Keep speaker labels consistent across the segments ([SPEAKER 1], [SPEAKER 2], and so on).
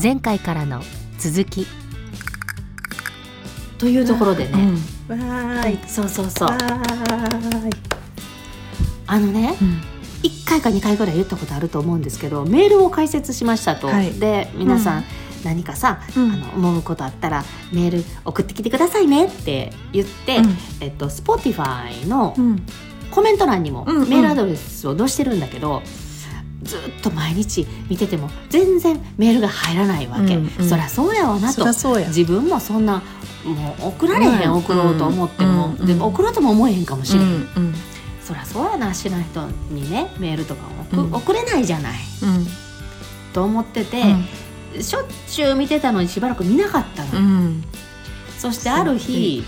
[SPEAKER 1] 前回からの続き
[SPEAKER 2] というところで
[SPEAKER 1] う
[SPEAKER 2] ね、
[SPEAKER 1] ん
[SPEAKER 3] わーい。
[SPEAKER 2] そうそうそう
[SPEAKER 3] わーい。
[SPEAKER 2] あのね
[SPEAKER 1] うん
[SPEAKER 2] 1回か2回ぐらい言ったことあると思うんですけどメールを解説しましたと、
[SPEAKER 3] はい
[SPEAKER 2] で皆さん、
[SPEAKER 1] うん
[SPEAKER 2] 何かさ、
[SPEAKER 1] うん
[SPEAKER 2] あの思うことあったらメール送ってきてくださいねって言って、えっと、Spotify の
[SPEAKER 1] うんうん
[SPEAKER 2] コメント欄にも
[SPEAKER 1] うんうん
[SPEAKER 2] メールアドレスを載してるんだけど、ずっと毎日見てても全然メールが入らないわけ、
[SPEAKER 3] うんうん
[SPEAKER 2] そりゃそうやわな
[SPEAKER 3] そ
[SPEAKER 2] と
[SPEAKER 3] りゃそうや。
[SPEAKER 2] 自分もそんなもう送られへん、
[SPEAKER 3] うん
[SPEAKER 2] 送ろうと思っても、
[SPEAKER 3] うんうん
[SPEAKER 2] でも送ろうとも思えへんかもしれん、
[SPEAKER 3] うんうん
[SPEAKER 2] そりゃそうやな知らん人にねメールとか送,、
[SPEAKER 3] うん
[SPEAKER 2] 送れないじゃない
[SPEAKER 3] うん
[SPEAKER 2] と思ってて、しょっちゅう見てたのにしばらく見なかった
[SPEAKER 3] う
[SPEAKER 2] の、
[SPEAKER 3] ん
[SPEAKER 2] そしてある日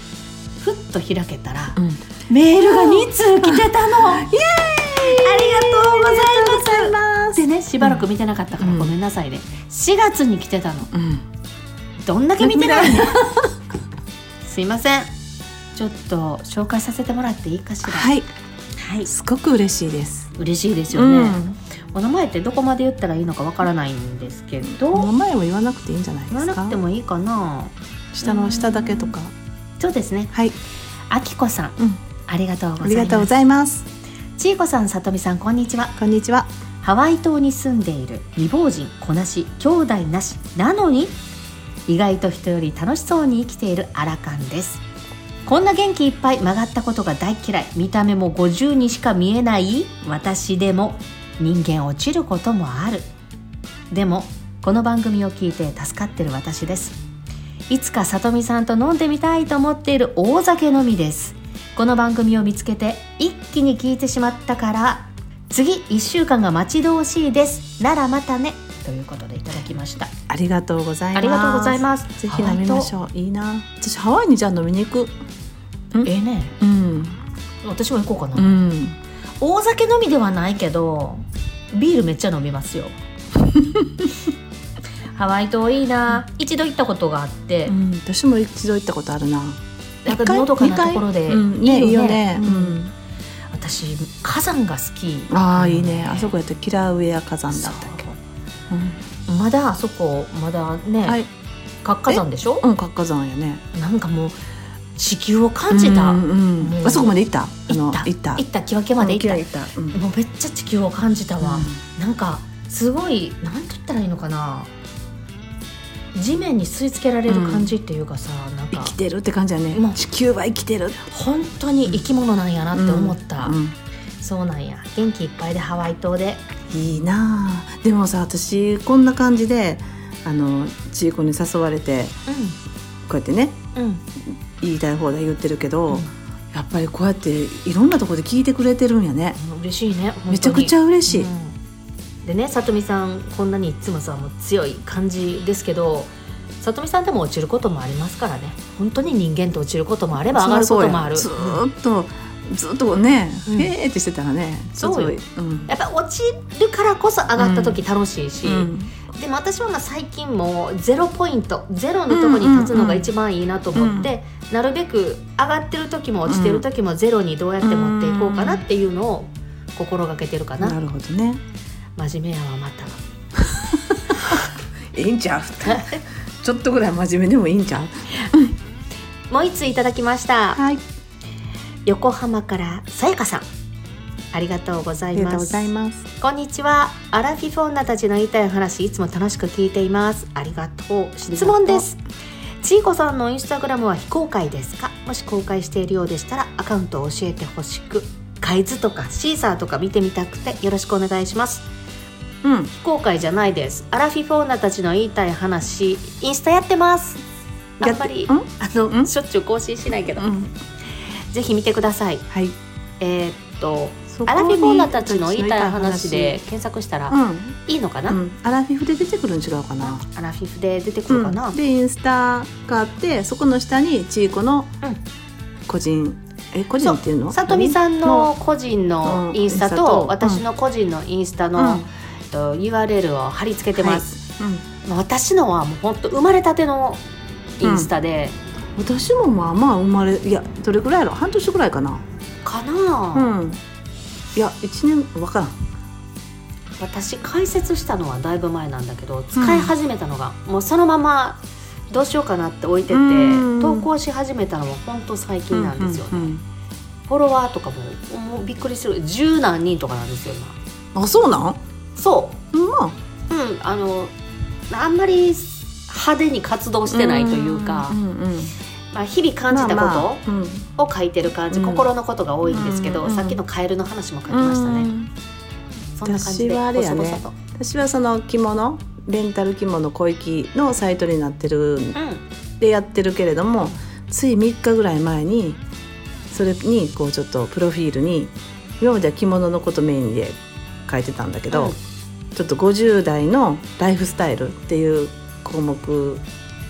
[SPEAKER 2] ふっと開けたら、
[SPEAKER 3] うん。
[SPEAKER 2] メールが2通来てたのイエーイありがとうございますでねしばらく見てなかったから
[SPEAKER 3] うん
[SPEAKER 2] ごめんなさいね、4月に来てたの
[SPEAKER 3] うん。
[SPEAKER 2] どんだけ見てないのすいませんちょっと紹介させてもらっていいかしらは
[SPEAKER 3] はい。
[SPEAKER 2] い
[SPEAKER 3] すごく嬉しいです。
[SPEAKER 2] 嬉しいです
[SPEAKER 3] う
[SPEAKER 2] よね、
[SPEAKER 3] ん。
[SPEAKER 2] お名前ってどこまで言ったらいいのかわからないんですけ
[SPEAKER 3] 名
[SPEAKER 2] ど
[SPEAKER 3] 前は言わなくていいんじゃない
[SPEAKER 2] 言
[SPEAKER 3] で
[SPEAKER 2] わ
[SPEAKER 3] す
[SPEAKER 2] なく
[SPEAKER 3] か
[SPEAKER 2] て。もいいかな
[SPEAKER 3] 下の下だけとか。
[SPEAKER 2] そうですね
[SPEAKER 3] はい。
[SPEAKER 2] あきこさん
[SPEAKER 3] うん。
[SPEAKER 2] ありがとうござい
[SPEAKER 3] あ
[SPEAKER 2] ます
[SPEAKER 3] りがとうございます。
[SPEAKER 2] ちいこさんさとみさんこんにちは
[SPEAKER 3] こんにちは。
[SPEAKER 2] ハワイ島に住んでいる未亡人子なし兄弟なしなのに意外と人より楽しそうに生きているアラカンですこんな元気いっぱい曲がったことが大嫌い見た目も50にしか見えない私でも人間落ちることもあるでもこの番組を聞いて助かってる私ですいつかさとみさんと飲んでみたいと思っている大酒飲みですこの番組を見つけて一気に聞いてしまったから次1週間が待ち遠しいですならまたねということでいただきました
[SPEAKER 3] ありがとうござい
[SPEAKER 2] あ
[SPEAKER 3] ます。
[SPEAKER 2] りがとうございます
[SPEAKER 3] ぜひ飲みましょう。いいな。私ハワイにじゃあ飲みに行く。
[SPEAKER 2] ええね
[SPEAKER 3] うん。
[SPEAKER 2] 私も行こうかな、
[SPEAKER 3] うん。
[SPEAKER 2] 大酒飲みではないけどビールめっちゃ飲み ますよハワイ島いいな一度行ったことがあって、
[SPEAKER 3] うん私も一度行ったことあるな。
[SPEAKER 2] なんかのどかなところで
[SPEAKER 3] 二回うんねい
[SPEAKER 2] い
[SPEAKER 3] い
[SPEAKER 2] いよ
[SPEAKER 3] よ
[SPEAKER 2] ね
[SPEAKER 3] ね。う
[SPEAKER 2] うん
[SPEAKER 3] ん。
[SPEAKER 2] 私火山が好き
[SPEAKER 3] ああいいね。あそこやったらキラウエア火山だ
[SPEAKER 2] そ
[SPEAKER 3] っ
[SPEAKER 2] う
[SPEAKER 3] たっけ。
[SPEAKER 2] まだあそこまだね、
[SPEAKER 3] はい。
[SPEAKER 2] 活火山でしょ
[SPEAKER 3] うん活火山やね。
[SPEAKER 2] なんかもう地球を感じた、
[SPEAKER 3] うんうん
[SPEAKER 2] うん
[SPEAKER 3] あそこまで行った。あ
[SPEAKER 2] 行
[SPEAKER 3] の
[SPEAKER 2] った
[SPEAKER 3] 行った
[SPEAKER 2] 行。った木分けまで行った、
[SPEAKER 3] った。うん
[SPEAKER 2] もうめっちゃ地球を感じたわ、
[SPEAKER 3] う
[SPEAKER 2] なんかすごいなんて言ったらいいのかな地面に吸い付けられる感じっていうかさ、なん
[SPEAKER 3] ん
[SPEAKER 2] か
[SPEAKER 3] 生きてるって感じや
[SPEAKER 2] もう
[SPEAKER 3] ね。地球は生きてる。
[SPEAKER 2] 本当に生き物なんやなって思った、
[SPEAKER 3] うん
[SPEAKER 2] そうなんや元気いっぱいでハワイ島で
[SPEAKER 3] いいなあ。でもさ私こんな感じであのちいこに誘われてこうやってね
[SPEAKER 2] うんうん
[SPEAKER 3] 言いたい放題言ってるけ
[SPEAKER 2] う
[SPEAKER 3] ど、
[SPEAKER 2] ん
[SPEAKER 3] やっぱりこうやっていろんなところで聞いてくれてるんやね。
[SPEAKER 2] 嬉しいね本当に
[SPEAKER 3] めちゃくちゃ嬉しい。
[SPEAKER 2] うんでねさとみさんこんなにいつもさもう強い感じですけどさとみさんでも落ちることもありますからね本当に人間って落ちることもあれば上がることもある
[SPEAKER 3] ずーっとずーっとね、
[SPEAKER 2] うん
[SPEAKER 3] へーってしてたらね
[SPEAKER 2] そうよ
[SPEAKER 3] ちょっとうん
[SPEAKER 2] やっぱ落ちるからこそ上がった時楽しいし、
[SPEAKER 3] うん
[SPEAKER 2] でも私はまあ最近もうゼロポイントゼロのとこに立つのが一番いいなと思って、なるべく上がってる時も落ちてる時もゼロにどうやって持っていこうかなっていうのを心がけてるかな、
[SPEAKER 3] なるほどね
[SPEAKER 2] 真面目やわまた
[SPEAKER 3] いいんちゃう ちょっとぐらい真面目でもいいんちゃう
[SPEAKER 2] もう一ついただきました
[SPEAKER 3] はい
[SPEAKER 2] 横浜からさやかさんありがとうござ
[SPEAKER 3] あ
[SPEAKER 2] い
[SPEAKER 3] りが
[SPEAKER 2] ま
[SPEAKER 3] とうご
[SPEAKER 2] す
[SPEAKER 3] ざいます
[SPEAKER 2] こんにちはアラフィフォーナたちの言いたい話いつも楽しく聞いていますありがとう質問ですちいこさんのインスタグラムは非公開ですかもし公開しているようでしたらアカウントを教えてほしく海図とかシーサーとか見てみたくてよろしくお願いします
[SPEAKER 3] うん
[SPEAKER 2] 非公開じゃないですアラフィフォーナたちの言いたい話インスタやってますあんまり
[SPEAKER 3] やっ
[SPEAKER 2] あの、
[SPEAKER 3] うん
[SPEAKER 2] しょっちゅう更新しないけど、
[SPEAKER 3] てうん
[SPEAKER 2] ぜひ見てください
[SPEAKER 3] はい
[SPEAKER 2] えーっと
[SPEAKER 3] そこに
[SPEAKER 2] アラフィフ女たちの言いたい話で検索したら
[SPEAKER 3] う
[SPEAKER 2] いいのかな、
[SPEAKER 3] ん、うん、アラフィフで出てくるん違うかな
[SPEAKER 2] アラフィフで出てくるかな、
[SPEAKER 3] うんでインスタがあってそこの下にちいこの
[SPEAKER 2] うん
[SPEAKER 3] 個人、え個人っていうの
[SPEAKER 2] さとみさんの個人のインスタ
[SPEAKER 3] うん
[SPEAKER 2] と
[SPEAKER 3] インスタと
[SPEAKER 2] 私の個人のインスタの、
[SPEAKER 3] うん
[SPEAKER 2] えっと URL を貼り付けてます、
[SPEAKER 3] 何うん
[SPEAKER 2] 私のはもうほんと生まれたてのインスタで、
[SPEAKER 3] 私もまあまあ生まれいやどれぐらいやろ半年ぐらいかな
[SPEAKER 2] かな、
[SPEAKER 3] うんいや一年わからん
[SPEAKER 2] 私解説したのはだいぶ前なんだけど使い始めたのが、もうそのままどうしようかなって置いてて、
[SPEAKER 3] うん
[SPEAKER 2] 投稿し始めたのは本当最近なんですよね、
[SPEAKER 3] うんうん
[SPEAKER 2] フォロワーとかももうびっくりする十何人とかなんですよ今
[SPEAKER 3] うんあそうなん
[SPEAKER 2] そ
[SPEAKER 3] うんまあ
[SPEAKER 2] ううんあのあんまり派手に活動してないというか、
[SPEAKER 3] んうんうん
[SPEAKER 2] まあ、日々感じたこと、
[SPEAKER 3] まあまあうん
[SPEAKER 2] を書いてる感じ、
[SPEAKER 3] うん
[SPEAKER 2] 心のことが多いんですけど、
[SPEAKER 3] うん
[SPEAKER 2] さっきのカエルの話も書きましたね、
[SPEAKER 3] うん
[SPEAKER 2] そんな感じで
[SPEAKER 3] 私はあれやね
[SPEAKER 2] 細々と
[SPEAKER 3] 私はその着物レンタル着物小粋のサイトになってるん
[SPEAKER 2] う
[SPEAKER 3] でやってるけれどもつい3日ぐらい前にそれにこうちょっとプロフィールに今までは着物のことメインで書いてたんだけど、
[SPEAKER 2] うん
[SPEAKER 3] ちょっと50代のライフスタイルっていう項目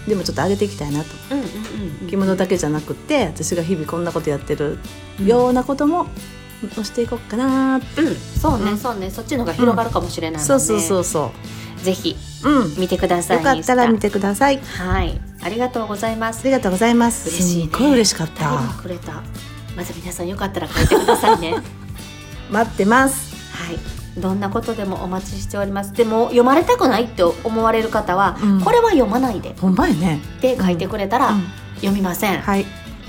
[SPEAKER 3] でもちょっと上げていきたいなと
[SPEAKER 2] んうんうんうんうん
[SPEAKER 3] 着物だけじゃなくて私が日々こんなことやってるようなこともしていこうかなって、
[SPEAKER 2] うんそうね、
[SPEAKER 3] うん
[SPEAKER 2] そうねそっちのが広がるかもしれないので、
[SPEAKER 3] そうそうそうそ
[SPEAKER 2] ぜひ
[SPEAKER 3] ううん
[SPEAKER 2] 見てください
[SPEAKER 3] よかったら見てください
[SPEAKER 2] はいありがとうございま
[SPEAKER 3] あ
[SPEAKER 2] す
[SPEAKER 3] りがとうございます。
[SPEAKER 2] 嬉しいね
[SPEAKER 3] すっごい嬉しかっ
[SPEAKER 2] 誰
[SPEAKER 3] た
[SPEAKER 2] が。くれたまず皆さんよかったら書いてくださいねは
[SPEAKER 3] 待ってます。
[SPEAKER 2] いどんなことでもお待ちしておりますでも読まれたくないって思われる方は、
[SPEAKER 3] うん
[SPEAKER 2] これは読まないでっ
[SPEAKER 3] ほんまやね。
[SPEAKER 2] て書いてくれたら、
[SPEAKER 3] うん
[SPEAKER 2] 読みません、
[SPEAKER 3] はい。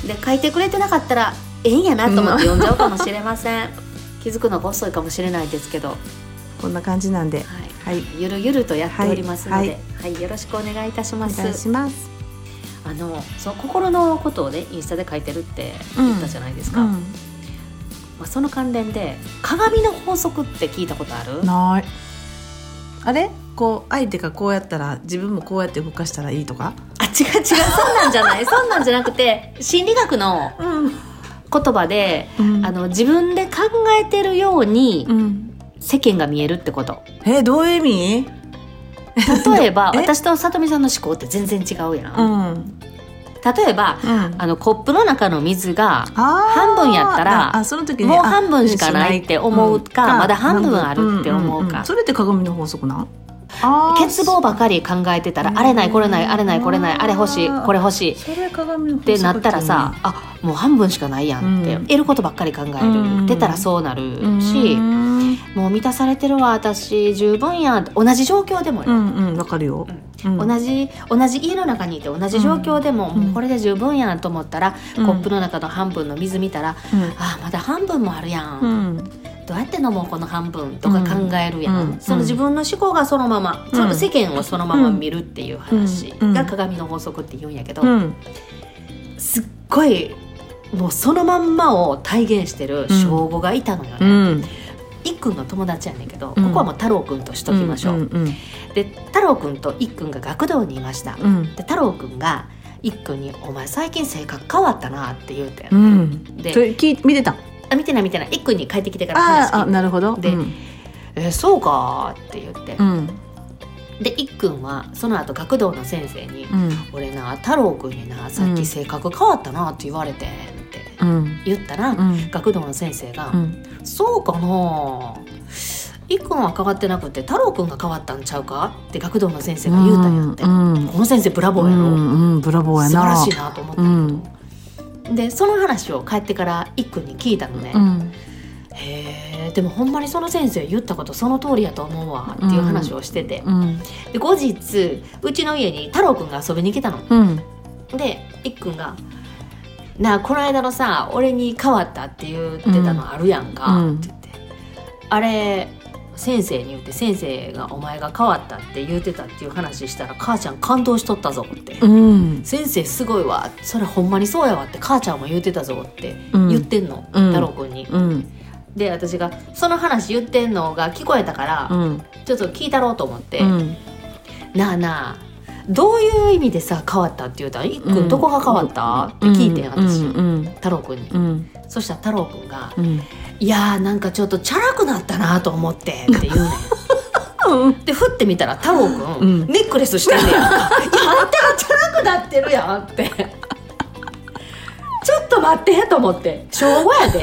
[SPEAKER 2] で書いてくれてなかったらええんやなと思って読んじゃうかもしれません気づくのが遅いかもしれないですけど、は
[SPEAKER 3] こんな感じなんで。はい。
[SPEAKER 2] い、ゆるゆるとやっておりますので、は
[SPEAKER 3] はい
[SPEAKER 2] よろしくお願いいたし
[SPEAKER 3] お
[SPEAKER 2] ま
[SPEAKER 3] 願い
[SPEAKER 2] す
[SPEAKER 3] します。
[SPEAKER 2] あのその心のことをねインスタで書いてるって言ったじゃないですか、まあ、その関連で鏡の法則って聞いたことある
[SPEAKER 3] ない。あれ？こう相手がこうやったら自分もこうやって動かしたらいいとか？
[SPEAKER 2] あ違う違うそんなんじゃ ないそんなんじゃなくて心理学の
[SPEAKER 3] うん。
[SPEAKER 2] 言葉であ
[SPEAKER 3] あの。
[SPEAKER 2] の自分で考えてるように
[SPEAKER 3] ん。
[SPEAKER 2] 世間が見えるってこと
[SPEAKER 3] えどういう意味？
[SPEAKER 2] 例えば
[SPEAKER 3] え
[SPEAKER 2] 私とさとみさんの思考って全然違うやん、
[SPEAKER 3] ん。
[SPEAKER 2] 例えば
[SPEAKER 3] あ
[SPEAKER 2] あのコップの中の水が
[SPEAKER 3] あー
[SPEAKER 2] 半分やったら
[SPEAKER 3] あその時に
[SPEAKER 2] もう
[SPEAKER 3] あ
[SPEAKER 2] 半分しかないって思うか
[SPEAKER 3] ん
[SPEAKER 2] まだ半分あるって思うか
[SPEAKER 3] んんんそれって鏡の法則なん？あー
[SPEAKER 2] 欠乏ばかり考えてたら
[SPEAKER 3] うん
[SPEAKER 2] あれないこれないあれないこれないあれ欲しいこれ欲しいっ
[SPEAKER 3] それ鏡の法則
[SPEAKER 2] てなったらさあもう半分しかないやんって、
[SPEAKER 3] うん
[SPEAKER 2] 得ることばっかり考え
[SPEAKER 3] うん
[SPEAKER 2] るってたらそうな
[SPEAKER 3] って
[SPEAKER 2] る
[SPEAKER 3] いう
[SPEAKER 2] し、
[SPEAKER 3] ねうん
[SPEAKER 2] もう満たされてるわ私十分やんって同じ状況でもよ、
[SPEAKER 3] うんうんわかるよ、うん
[SPEAKER 2] 同じ同じ家の中にいて同じ状況でも、
[SPEAKER 3] うん
[SPEAKER 2] もうこれで十分やんと思ったら、
[SPEAKER 3] うん
[SPEAKER 2] コップの中の半分の水見たら、あーまだ半分もあるやん、
[SPEAKER 3] うん
[SPEAKER 2] どうやって飲もうこの半分とか考えるやん、
[SPEAKER 3] うん
[SPEAKER 2] その自分の思考がそのまま、
[SPEAKER 3] うん
[SPEAKER 2] その世間をそのまま見るっていう話
[SPEAKER 3] うんう
[SPEAKER 2] が
[SPEAKER 3] ん
[SPEAKER 2] 鏡の法則って言うんやけど、
[SPEAKER 3] うん
[SPEAKER 2] すっごいもうそのまんまを体現してる小5がいたのよ
[SPEAKER 3] う
[SPEAKER 2] ね、
[SPEAKER 3] ん
[SPEAKER 2] いっくんの友達やねんけど、
[SPEAKER 3] うん
[SPEAKER 2] ここはもう太郎くんとしときましょう、
[SPEAKER 3] うんうん
[SPEAKER 2] で太郎くんといっくんが学童にいました、で
[SPEAKER 3] うん
[SPEAKER 2] 太郎くんがいっくんに「お前最近性格変わったな」って言うて、
[SPEAKER 3] うん
[SPEAKER 2] で
[SPEAKER 3] それ聞い見てた
[SPEAKER 2] あ見てない見てないいっくんに帰ってきてから
[SPEAKER 3] あ
[SPEAKER 2] 話
[SPEAKER 3] ー
[SPEAKER 2] 聞
[SPEAKER 3] あ
[SPEAKER 2] いて
[SPEAKER 3] なるほど
[SPEAKER 2] で
[SPEAKER 3] うん
[SPEAKER 2] 「えーそうか」って言って
[SPEAKER 3] う、ん
[SPEAKER 2] でいっくんはその後学童の先生に
[SPEAKER 3] うん
[SPEAKER 2] 「俺な太郎くんになさっき性格変わったな」って言われてって
[SPEAKER 3] うん
[SPEAKER 2] 言ったら、
[SPEAKER 3] うん
[SPEAKER 2] 学童の先生が
[SPEAKER 3] う
[SPEAKER 2] 「
[SPEAKER 3] ん
[SPEAKER 2] そうかないっくんは変わってなくて太郎くんが変わったんちゃうか?」って学童の先生が言うたんやって、
[SPEAKER 3] うんうん
[SPEAKER 2] この先生ブラボーやろ、
[SPEAKER 3] うんうんブラボーや
[SPEAKER 2] 素晴ら
[SPEAKER 3] な
[SPEAKER 2] しいなと思ったけど、でその話を帰ってからいっくんに聞いたのね「
[SPEAKER 3] うん
[SPEAKER 2] へえでもほんまにその先生言ったことその通りやと思うわ」っていう話をしてて、
[SPEAKER 3] うん
[SPEAKER 2] で後日うちの家に太郎くんが遊びに来たの。
[SPEAKER 3] うん
[SPEAKER 2] でいっくんが「なあこの間のさ俺に変わったって言ってたのあるやんか」
[SPEAKER 3] うん
[SPEAKER 2] って言って「あれ先生に言って先生がお前が変わったって言ってたっていう話したら母ちゃん感動しとったぞ」って。
[SPEAKER 3] うん
[SPEAKER 2] 先生すごいわそれほんまにそうやわって母ちゃんも言ってたぞって
[SPEAKER 3] うん
[SPEAKER 2] 言ってんの、
[SPEAKER 3] うん
[SPEAKER 2] 太郎くんに、
[SPEAKER 3] うん
[SPEAKER 2] で私がその話言ってんのが聞こえたから、
[SPEAKER 3] うん
[SPEAKER 2] ちょっと聞いたろうと思って、
[SPEAKER 3] うん
[SPEAKER 2] なあなあどういう意味でさ変わったって言うたら「いっくんどこが変わった?」って聞いてん私、
[SPEAKER 3] うん
[SPEAKER 2] 太郎くんに、
[SPEAKER 3] うん
[SPEAKER 2] そしたら太郎くんが
[SPEAKER 3] うんうん
[SPEAKER 2] 「いやーなんかちょっとチャラくなったなと思って」って言うねんでふってみたら太郎くん、
[SPEAKER 3] うん
[SPEAKER 2] ネックレスしてん ねやんか「いやあんたがチャラくなってるやん」ってちょっと待ってと思って小5やで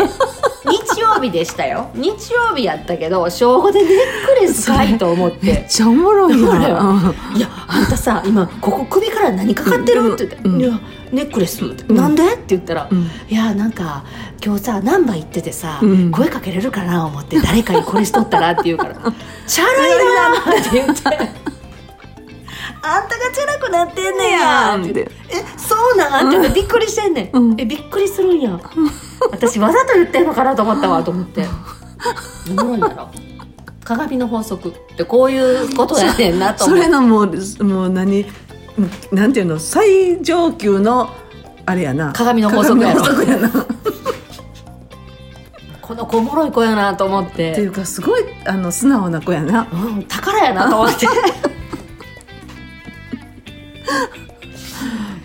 [SPEAKER 2] 日曜日でしたよ日曜日やったけど小5でネックレスかいと思っ
[SPEAKER 3] め
[SPEAKER 2] て
[SPEAKER 3] っちゃおもろい
[SPEAKER 2] そうだよ
[SPEAKER 3] なうん
[SPEAKER 2] いやあんたさ今ここ首から何かかってる?」って言って「
[SPEAKER 3] うん
[SPEAKER 2] いやネックレス」って「
[SPEAKER 3] ん
[SPEAKER 2] なんで?」って言ったら「
[SPEAKER 3] うん
[SPEAKER 2] いやなんか今日さ難波行っててさ、
[SPEAKER 3] うん
[SPEAKER 2] 声かけれるかな思って誰かにこれしとったら」って言うから「チャラいなーって言ってあんたがチャラくなってんねやって言ってえそうなんって言ってびっくりしてんねん、
[SPEAKER 3] うん
[SPEAKER 2] えびっくりするん や私わざと言ってんのかなと思ったわと思っておもろいんだろ鏡の法則ってこういうことやねんなと
[SPEAKER 3] そ
[SPEAKER 2] 思っ
[SPEAKER 3] れ
[SPEAKER 2] て
[SPEAKER 3] のもうもう何もうなんていうの最上級のあれやな
[SPEAKER 2] 鏡の法則やろ
[SPEAKER 3] 鏡の法則やなっ
[SPEAKER 2] この子おもろい子やなと思って
[SPEAKER 3] ていうかすごいあの素直な子やな
[SPEAKER 2] うん、宝やなと思って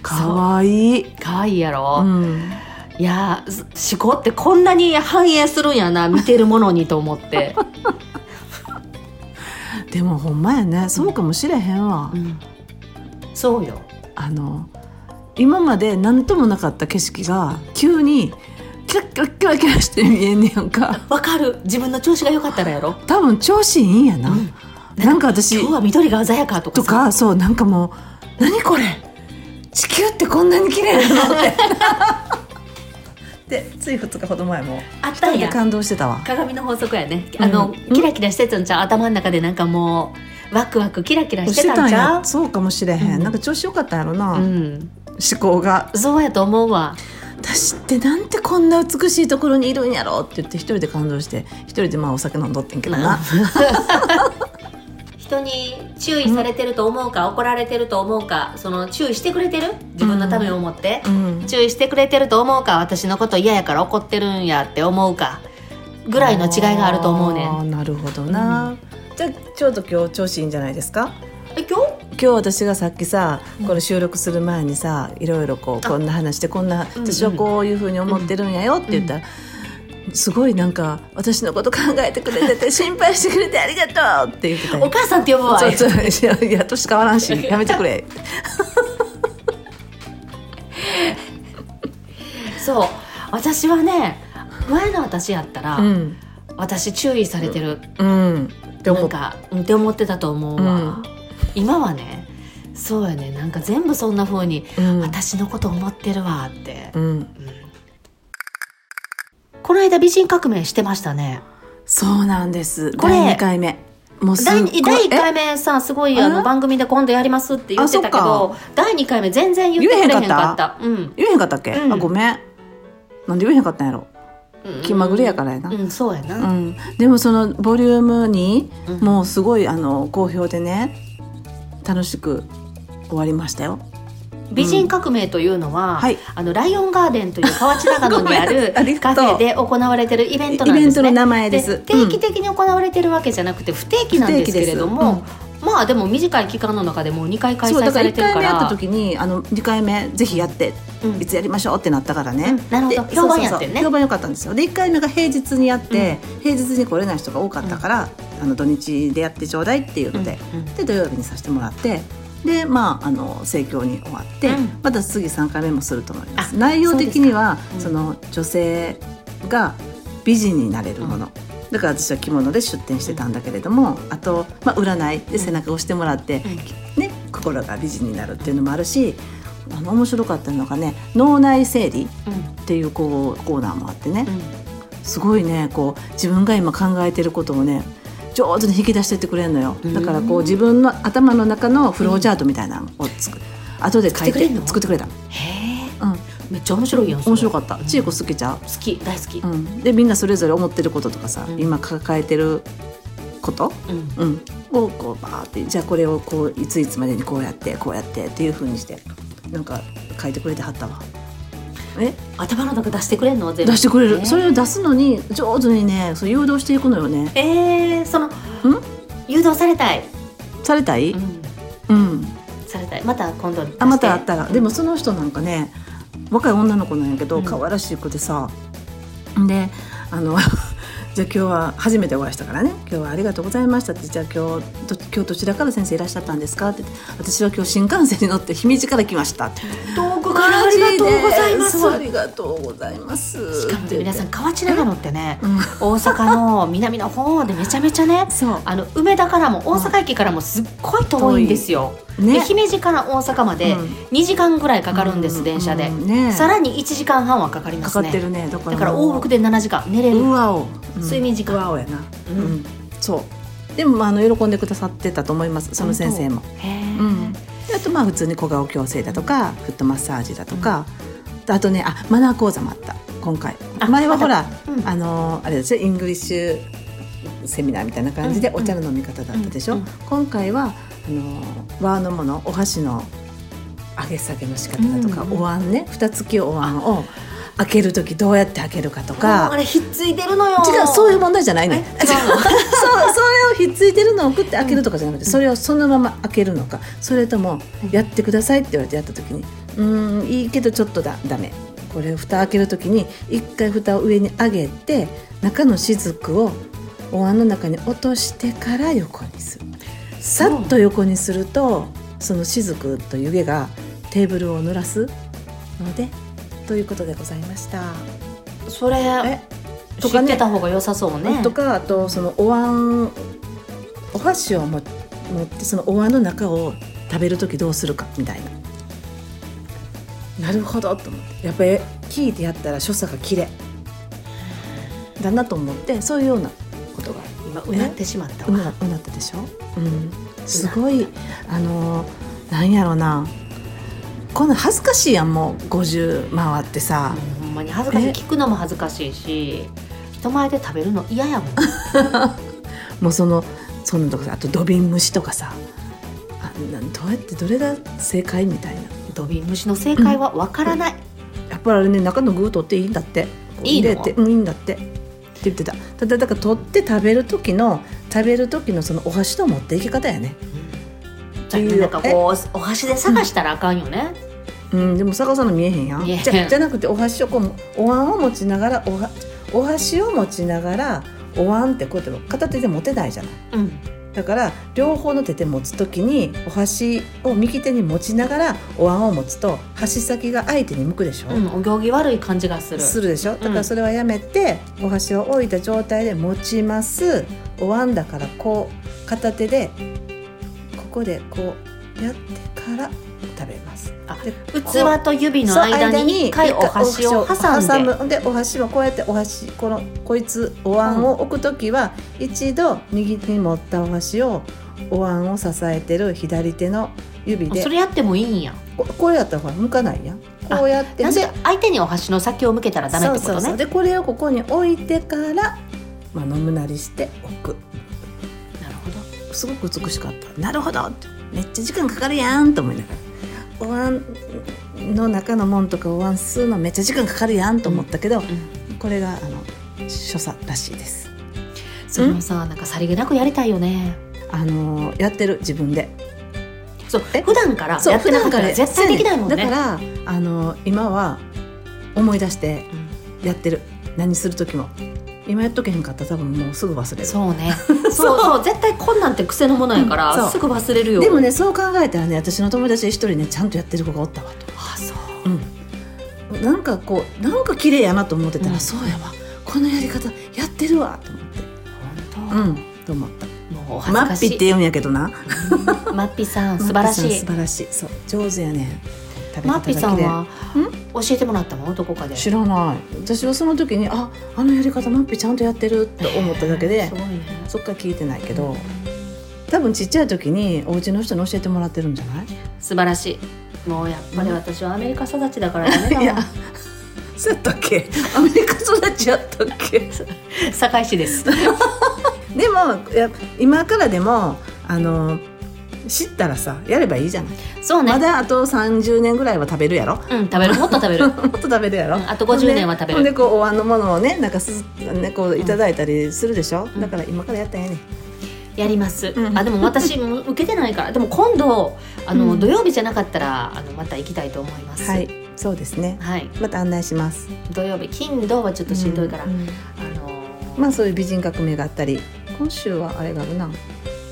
[SPEAKER 3] かわいい、
[SPEAKER 2] 可愛いやろ、
[SPEAKER 3] うん、
[SPEAKER 2] いやー思考ってこんなに反映するんや な見てるものにと思って、
[SPEAKER 3] でもほんまやねそうかもしれへんわ、
[SPEAKER 2] うんそうよ
[SPEAKER 3] あの今まで何ともなかった景色が急にキラッキラッキラキラして見えんねやんか
[SPEAKER 2] わかる自分の調子が良かったらやろ
[SPEAKER 3] 多分調子いいんやな、
[SPEAKER 2] うん
[SPEAKER 3] なんか私
[SPEAKER 2] 今日は緑が鮮やかとか
[SPEAKER 3] と
[SPEAKER 2] さ
[SPEAKER 3] かそうなんかもう何これ地球ってこんなに綺麗なのってでつい2日ほど前も
[SPEAKER 2] あったんや
[SPEAKER 3] 感動してたわ
[SPEAKER 2] 鏡の法則やね
[SPEAKER 3] うん
[SPEAKER 2] あの、
[SPEAKER 3] うん
[SPEAKER 2] キラキラしてたんちゃう頭の中でなんかもうワクワクキラキラしてたんちゃう
[SPEAKER 3] そうかもしれへん、
[SPEAKER 2] うん
[SPEAKER 3] なんか調子よかったんやろな、
[SPEAKER 2] う
[SPEAKER 3] 思
[SPEAKER 2] ん
[SPEAKER 3] 考が
[SPEAKER 2] そうやと思うわ
[SPEAKER 3] 私ってなんてこんな美しいところにいるんやろって言って一人で感動して一人でまあお酒飲んどってんけどな、
[SPEAKER 2] 人に注意されてると思うか、怒られてると思うかその注意してくれてる自分のためを思って、
[SPEAKER 3] うん
[SPEAKER 2] 注意してくれてると思うか私のこと嫌やから怒ってるんやって思うかぐらいの違いがあると思うね
[SPEAKER 3] あ
[SPEAKER 2] ん
[SPEAKER 3] ーなるほどな、じゃあちょうど今日調子いいんじゃないですか
[SPEAKER 2] え今日
[SPEAKER 3] 今日私がさっきさこの収録する前にさいろいろこうこんな話してこんな
[SPEAKER 2] うん
[SPEAKER 3] 私はこういうふうに思ってるんやよって言ったら。すごいなんか私のこと考えてくれて て心配してくれてありがとうって言ってたよ
[SPEAKER 2] お母さんって呼ぶわ
[SPEAKER 3] そうそういやいや年変わらんしやめてくれ
[SPEAKER 2] そう私はね前の私やったら、
[SPEAKER 3] うん
[SPEAKER 2] 私注意されてる、
[SPEAKER 3] うんって
[SPEAKER 2] な
[SPEAKER 3] 思
[SPEAKER 2] ん
[SPEAKER 3] った
[SPEAKER 2] かうんって思ってたと思うわ、
[SPEAKER 3] うん
[SPEAKER 2] 今はねそうやねなんか全部そんな風に、
[SPEAKER 3] うん
[SPEAKER 2] 私のこと思ってるわって、
[SPEAKER 3] うん
[SPEAKER 2] うんこの間美人革命してましたね
[SPEAKER 3] そうなんです
[SPEAKER 2] これ
[SPEAKER 3] 第2回目もうすっ
[SPEAKER 2] 第
[SPEAKER 3] ご
[SPEAKER 2] 二
[SPEAKER 3] い
[SPEAKER 2] 第1
[SPEAKER 3] え
[SPEAKER 2] 回目さすごいあ
[SPEAKER 3] え
[SPEAKER 2] の番組で今度やりますって言ってたけ
[SPEAKER 3] あそ
[SPEAKER 2] ど第2回目全然言ってくれへんかった
[SPEAKER 3] 言えへんか
[SPEAKER 2] うん
[SPEAKER 3] 言えへんかったっけ
[SPEAKER 2] うん
[SPEAKER 3] あごめんなんで言えへんかったんやろ
[SPEAKER 2] うん
[SPEAKER 3] 気まぐれやからやな
[SPEAKER 2] うんそうやな、
[SPEAKER 3] うん、でもそのボリュームに
[SPEAKER 2] うん
[SPEAKER 3] もうすごいあの好評でね楽しく終わりましたよ。
[SPEAKER 2] 美人革命というのは、
[SPEAKER 3] はい
[SPEAKER 2] あのライオンガーデンという河内長野にあ
[SPEAKER 3] ごめ
[SPEAKER 2] る
[SPEAKER 3] んありが
[SPEAKER 2] カ
[SPEAKER 3] と
[SPEAKER 2] フ
[SPEAKER 3] う
[SPEAKER 2] ェで行われてるイベント
[SPEAKER 3] イ
[SPEAKER 2] なん
[SPEAKER 3] ベ
[SPEAKER 2] で
[SPEAKER 3] ン
[SPEAKER 2] す
[SPEAKER 3] トの
[SPEAKER 2] ね
[SPEAKER 3] 名前です。
[SPEAKER 2] 定期的に行われてるわけじゃなくて不定期なんですけれども、まあでも短い期間の中でもう2回
[SPEAKER 3] うん
[SPEAKER 2] 開
[SPEAKER 3] そう
[SPEAKER 2] 催
[SPEAKER 3] だ
[SPEAKER 2] さ
[SPEAKER 3] から
[SPEAKER 2] れ
[SPEAKER 3] 1
[SPEAKER 2] てる
[SPEAKER 3] 回
[SPEAKER 2] か
[SPEAKER 3] 目やった
[SPEAKER 2] ら
[SPEAKER 3] 時にあの2回目ぜひやって、
[SPEAKER 2] うん
[SPEAKER 3] いつやりましょうってなったからね、
[SPEAKER 2] なるほど
[SPEAKER 3] で
[SPEAKER 2] 評判やってんね
[SPEAKER 3] そうそうそう評判良かったんですよで1回目が平日にやって、平日に来れない人が多かったから、あの土日でやってちょうだいっていうので、
[SPEAKER 2] うん
[SPEAKER 3] で土曜日にさせてもらってでまああの盛況に終わって、
[SPEAKER 2] うん
[SPEAKER 3] また次3回目もすると思います
[SPEAKER 2] あ
[SPEAKER 3] 内容的には
[SPEAKER 2] う
[SPEAKER 3] そ,、
[SPEAKER 2] ですか
[SPEAKER 3] の女性が美人になれるもの、だから私は着物で出店してたんだけれどもあと、まあ、占いで背中を押してもらって、ね、心が美人になるっていうのもあるしあの面白かったのがね脳内整理
[SPEAKER 2] うん
[SPEAKER 3] っていうこうコーナーもあってね
[SPEAKER 2] う、ん
[SPEAKER 3] すごいねこう自分が今考えてることをね上手に引き出してってくれるのよ
[SPEAKER 2] うん
[SPEAKER 3] だからこう自分の頭の中のフローチャートみたいなのをつく、後で書い
[SPEAKER 2] 作ってくれ
[SPEAKER 3] て
[SPEAKER 2] んの
[SPEAKER 3] 作ってくれた、
[SPEAKER 2] へえ
[SPEAKER 3] うん、
[SPEAKER 2] めっちゃ面白いやん
[SPEAKER 3] 面白か
[SPEAKER 2] っ
[SPEAKER 3] った千恵子好きちゃ
[SPEAKER 2] た好き大好き
[SPEAKER 3] う、うん、でみんなそれぞれ思ってることとかさ、
[SPEAKER 2] うん
[SPEAKER 3] 今抱えてること、
[SPEAKER 2] うん
[SPEAKER 3] うん、をこうバーってじゃあこれをこういついつまでにこうやってこうやってっていうふうにしてなんか書いてくれてはったわえ
[SPEAKER 2] 頭の中出してくれんの全部
[SPEAKER 3] 出してくれる、
[SPEAKER 2] ね
[SPEAKER 3] それを出すのに上手にねそう誘導していくのよね
[SPEAKER 2] えー、その誘導されたい、
[SPEAKER 3] されたい、
[SPEAKER 2] うん、
[SPEAKER 3] うん
[SPEAKER 2] されたいまた今度出して
[SPEAKER 3] あまたあったらでも
[SPEAKER 2] うん
[SPEAKER 3] その人なんかね若い女の子なんやけど、
[SPEAKER 2] うん
[SPEAKER 3] 可愛らしい子でさであの じゃあ今日は初めてお会いしたからね今日はありがとうございましたってじゃあ今日ど今日どちらから先生いらっしゃったんですかって言って私は今日新幹線に乗って姫路から来ましたって
[SPEAKER 2] 遠くからありがとうございます
[SPEAKER 3] そうありがとうございます
[SPEAKER 2] しかもね
[SPEAKER 3] って言って
[SPEAKER 2] 皆さん河内長野ってね
[SPEAKER 3] うん
[SPEAKER 2] 大阪の南の方でめちゃめちゃね
[SPEAKER 3] そ
[SPEAKER 2] あの梅田からも大阪駅からもすっごい遠いんですよ、
[SPEAKER 3] うね
[SPEAKER 2] で姫路から大阪まで
[SPEAKER 3] うん
[SPEAKER 2] 2時間ぐらいかかるんです、電車で、
[SPEAKER 3] うんね
[SPEAKER 2] さらに1時間半はかかりま
[SPEAKER 3] か
[SPEAKER 2] す
[SPEAKER 3] か
[SPEAKER 2] ね
[SPEAKER 3] ってるねだから
[SPEAKER 2] だから往復
[SPEAKER 3] で
[SPEAKER 2] で7時間寝れる
[SPEAKER 3] うわお、うん
[SPEAKER 2] 睡眠時間
[SPEAKER 3] うわおやな
[SPEAKER 2] うん
[SPEAKER 3] うん、そうでもまああの喜んでくださってたと思いますその先生も。
[SPEAKER 2] へえ、
[SPEAKER 3] うん、であとまあ普通に小顔矯正だとか、フットマッサージだとか、であとねあマナー講座もあった今回
[SPEAKER 2] あ
[SPEAKER 3] 前はほ
[SPEAKER 2] ま
[SPEAKER 3] ら
[SPEAKER 2] だうん
[SPEAKER 3] あのあれですよイングリッシュセミナーみたいな感じで
[SPEAKER 2] うん
[SPEAKER 3] お茶の飲み方だったでしょ、
[SPEAKER 2] うんうん
[SPEAKER 3] 今回はあの和のものお箸の上げ下げの仕方だとか、
[SPEAKER 2] うんうん
[SPEAKER 3] お椀ね蓋付きお椀を開ける時どうやって開けるかと
[SPEAKER 2] あ
[SPEAKER 3] か
[SPEAKER 2] あれひっついてるのよ
[SPEAKER 3] 違うそういう問題じゃない
[SPEAKER 2] え
[SPEAKER 3] ね
[SPEAKER 2] 違
[SPEAKER 3] 違
[SPEAKER 2] う
[SPEAKER 3] う
[SPEAKER 2] の
[SPEAKER 3] そうそれをひっついてるのを送って開けるとかじゃなくて、それをそのまま開けるのかそれとも
[SPEAKER 2] うん
[SPEAKER 3] やってくださいって言われてやった時にうーんいいけどちょっとだダメこれ蓋開ける時に一回蓋を上に上げて中の雫をお椀の中に落としてから横にするさっと横にするとその雫と湯気がテーブルを濡らすのでということでございました。
[SPEAKER 2] それ
[SPEAKER 3] え
[SPEAKER 2] 知
[SPEAKER 3] とか
[SPEAKER 2] っ
[SPEAKER 3] ね
[SPEAKER 2] てた方が良さそうね
[SPEAKER 3] とかあとそのお椀お箸をも持ってそのお椀の中を食べる時どうするかみたいななるほどと思ってやっぱり聞いてやったら所作が綺麗だなと思ってそういうようなことが
[SPEAKER 2] 今うなってしまった
[SPEAKER 3] う
[SPEAKER 2] わ、
[SPEAKER 3] なうなったでしょ、うん、すごいあのなんやろうなこんなん恥ずかしいやんもう50回ってさ、
[SPEAKER 2] ほんまに恥ずかしい
[SPEAKER 3] え
[SPEAKER 2] 聞くのも恥ずかしいし人前で食べるの嫌 やもん
[SPEAKER 3] もうそのそんなとこさあと土瓶蒸しとかさあなんどうやってどれが正解みたいな
[SPEAKER 2] 土瓶蒸しの正解はわからない、
[SPEAKER 3] やっぱりあれね中の具を取っていいんだって
[SPEAKER 2] いいの
[SPEAKER 3] 入れてうんいいんだってって言ってたただだから取って食べる時の食べる時のそのお箸の持っていき方やね、
[SPEAKER 2] じゃあなんかこうお箸で探したらあかんよね、
[SPEAKER 3] うん、でも逆さの見えへんやん
[SPEAKER 2] 見えへん
[SPEAKER 3] じゃじゃなくてお箸をこうお椀を持ちながらおはお箸を持ちながらお椀ってこうやって片手で持てないじゃない
[SPEAKER 2] うん、
[SPEAKER 3] だから両方の手で持つ時にお箸を右手に持ちながらお椀を持つと箸先が相手に向くでしょ、
[SPEAKER 2] うん、お行儀悪い感じがする
[SPEAKER 3] するでしょだからそれはやめて、お箸を置いた状態で持ちますお椀だからこう片手でここでこうやってから食べます
[SPEAKER 2] あ
[SPEAKER 3] で
[SPEAKER 2] 器と指の間に一回お箸を挟んで
[SPEAKER 3] むでお箸はこうやってお箸このこいつお椀を置くときは、一度右手に持ったお箸をお椀を支えてる左手の指
[SPEAKER 2] あ
[SPEAKER 3] で
[SPEAKER 2] それやってもいいんや
[SPEAKER 3] ここうやったらほら向かないやん
[SPEAKER 2] あ
[SPEAKER 3] こうやって
[SPEAKER 2] なん
[SPEAKER 3] で
[SPEAKER 2] か相手にお箸の先を向けたらダメってことね
[SPEAKER 3] そうそうそうでこれをここに置いてから、まあ、飲むなりして置く
[SPEAKER 2] なるほど
[SPEAKER 3] すごく美しかったなるほどってめっちゃ時間かかるやんと思いながらお椀の中のもんとかお椀吸うのめっちゃ時間かかるやんと思ったけど、これがあの所作らしいです
[SPEAKER 2] それもさなんかさりげなくやりたいよね
[SPEAKER 3] あのやってる自分で
[SPEAKER 2] そう
[SPEAKER 3] え
[SPEAKER 2] 普段からやってなかったら絶対できないもんね
[SPEAKER 3] だからあの今は思い出して
[SPEAKER 2] うん
[SPEAKER 3] やってる何する時も今やっとけへんかったら多分もうすぐ忘れる
[SPEAKER 2] そうねそうそう絶対こんなんて癖のものやか
[SPEAKER 3] うんそ
[SPEAKER 2] ら
[SPEAKER 3] う
[SPEAKER 2] すぐ忘れるよ
[SPEAKER 3] でもねそう考えたらね私の友達で一人ねちゃんとやってる子がおったわと、
[SPEAKER 2] あそう
[SPEAKER 3] うん、なんかこうなんか綺麗やなと思ってたら、
[SPEAKER 2] うん
[SPEAKER 3] そうやわこのやり方やってるわと思って
[SPEAKER 2] 本
[SPEAKER 3] うんと思った
[SPEAKER 2] 当もうお恥
[SPEAKER 3] マ
[SPEAKER 2] ずか
[SPEAKER 3] ッピ
[SPEAKER 2] し
[SPEAKER 3] っ
[SPEAKER 2] い
[SPEAKER 3] て言うんやけどな
[SPEAKER 2] うんマッピさん素晴らし
[SPEAKER 3] マッピ
[SPEAKER 2] い
[SPEAKER 3] さん素晴らしいそう上手やねん食べ
[SPEAKER 2] マ
[SPEAKER 3] 方
[SPEAKER 2] ッピ
[SPEAKER 3] が
[SPEAKER 2] さん
[SPEAKER 3] 綺麗
[SPEAKER 2] は教えてもらったのどこかで
[SPEAKER 3] 知らない私はその時にああのやり方マッピちゃんとやってるって思っただけで
[SPEAKER 2] すごいね
[SPEAKER 3] そっから聞いてないけど多分ちっちゃい時にお家の人に教えてもらってるんじゃない
[SPEAKER 2] 素晴らしいもうやっぱり私はアメリカ育ちだからダメだ
[SPEAKER 3] いや
[SPEAKER 2] わ、
[SPEAKER 3] そうやったっけアメリカ育ちやったっけ
[SPEAKER 2] 堺市です
[SPEAKER 3] でもや今からでもあの知ったらさやればいいじゃない、
[SPEAKER 2] そうね
[SPEAKER 3] まだあと30年ぐらいは食べるやろ
[SPEAKER 2] うん食べるもっと食べる
[SPEAKER 3] もっと食べるやろ、
[SPEAKER 2] うんあと50年は食べる
[SPEAKER 3] ほんでほんでこうお椀のものをねなんかすねこういただいたりするでしょ、
[SPEAKER 2] ん
[SPEAKER 3] だから今からやったらええねん
[SPEAKER 2] やります、
[SPEAKER 3] うん
[SPEAKER 2] あでも私も受けてないからでも今度あの、
[SPEAKER 3] うん
[SPEAKER 2] 土曜日じゃなかったらあのまた行きたいと思います
[SPEAKER 3] はい、そうですね
[SPEAKER 2] はい
[SPEAKER 3] また案内します
[SPEAKER 2] 土曜日金土はちょっとしんどいから、
[SPEAKER 3] うん
[SPEAKER 2] あのー
[SPEAKER 3] まあそういう美人革命があったり今週はあれがあるな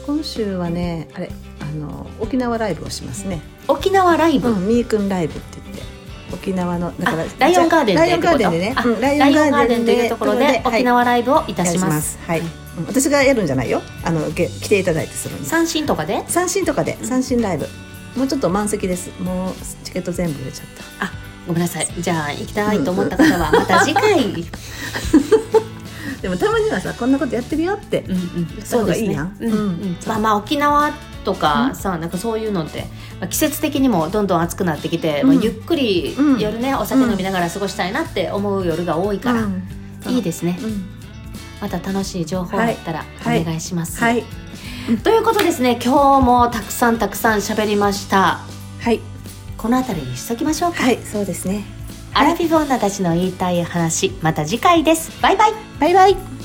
[SPEAKER 3] 今週はねあれあの沖縄ライブをしますね
[SPEAKER 2] 沖縄ライブ、
[SPEAKER 3] うん、みーくんライブって言って沖縄のだから
[SPEAKER 2] あライオンガーデン
[SPEAKER 3] ラ
[SPEAKER 2] で
[SPEAKER 3] イ
[SPEAKER 2] っ
[SPEAKER 3] オン
[SPEAKER 2] て
[SPEAKER 3] ガ
[SPEAKER 2] こ
[SPEAKER 3] ー
[SPEAKER 2] と
[SPEAKER 3] デンでね、
[SPEAKER 2] あ
[SPEAKER 3] うんラ
[SPEAKER 2] ライオンガーデンと
[SPEAKER 3] で
[SPEAKER 2] いうところで
[SPEAKER 3] はい
[SPEAKER 2] 沖縄ライブをいたします,、
[SPEAKER 3] はい、うん私がやるんじゃないよあのげ来ていただいてするんです
[SPEAKER 2] 三振とかで
[SPEAKER 3] 三振とかで三振ライブ、もうちょっと満席ですもうチケット全部売れちゃった
[SPEAKER 2] ごめんなさいじゃあ行きたいと思った方はまた次回
[SPEAKER 3] でもたまにはさこんなことやってるよって
[SPEAKER 2] うんうん、
[SPEAKER 3] そうがいいやん
[SPEAKER 2] そうですねうんうんまあまあ沖縄とかさ、なんかそういうのってまあ季節的にもどんどん暑くなってきて、
[SPEAKER 3] う
[SPEAKER 2] ま
[SPEAKER 3] ん
[SPEAKER 2] あ、ゆっくり
[SPEAKER 3] うん
[SPEAKER 2] 夜ね、お酒飲みながら過ごしたいなって思う夜が多いから、
[SPEAKER 3] うん
[SPEAKER 2] いいですね
[SPEAKER 3] うん
[SPEAKER 2] また楽しい情報あったらお
[SPEAKER 3] はい
[SPEAKER 2] 願いします、
[SPEAKER 3] はい
[SPEAKER 2] ということですね今日もたくさんたくさん喋りました
[SPEAKER 3] はい
[SPEAKER 2] この辺りにしときましょうか、
[SPEAKER 3] はいそうですね
[SPEAKER 2] アラフィフ女たちの言いたい話また次回ですバイバイ
[SPEAKER 3] バイバイ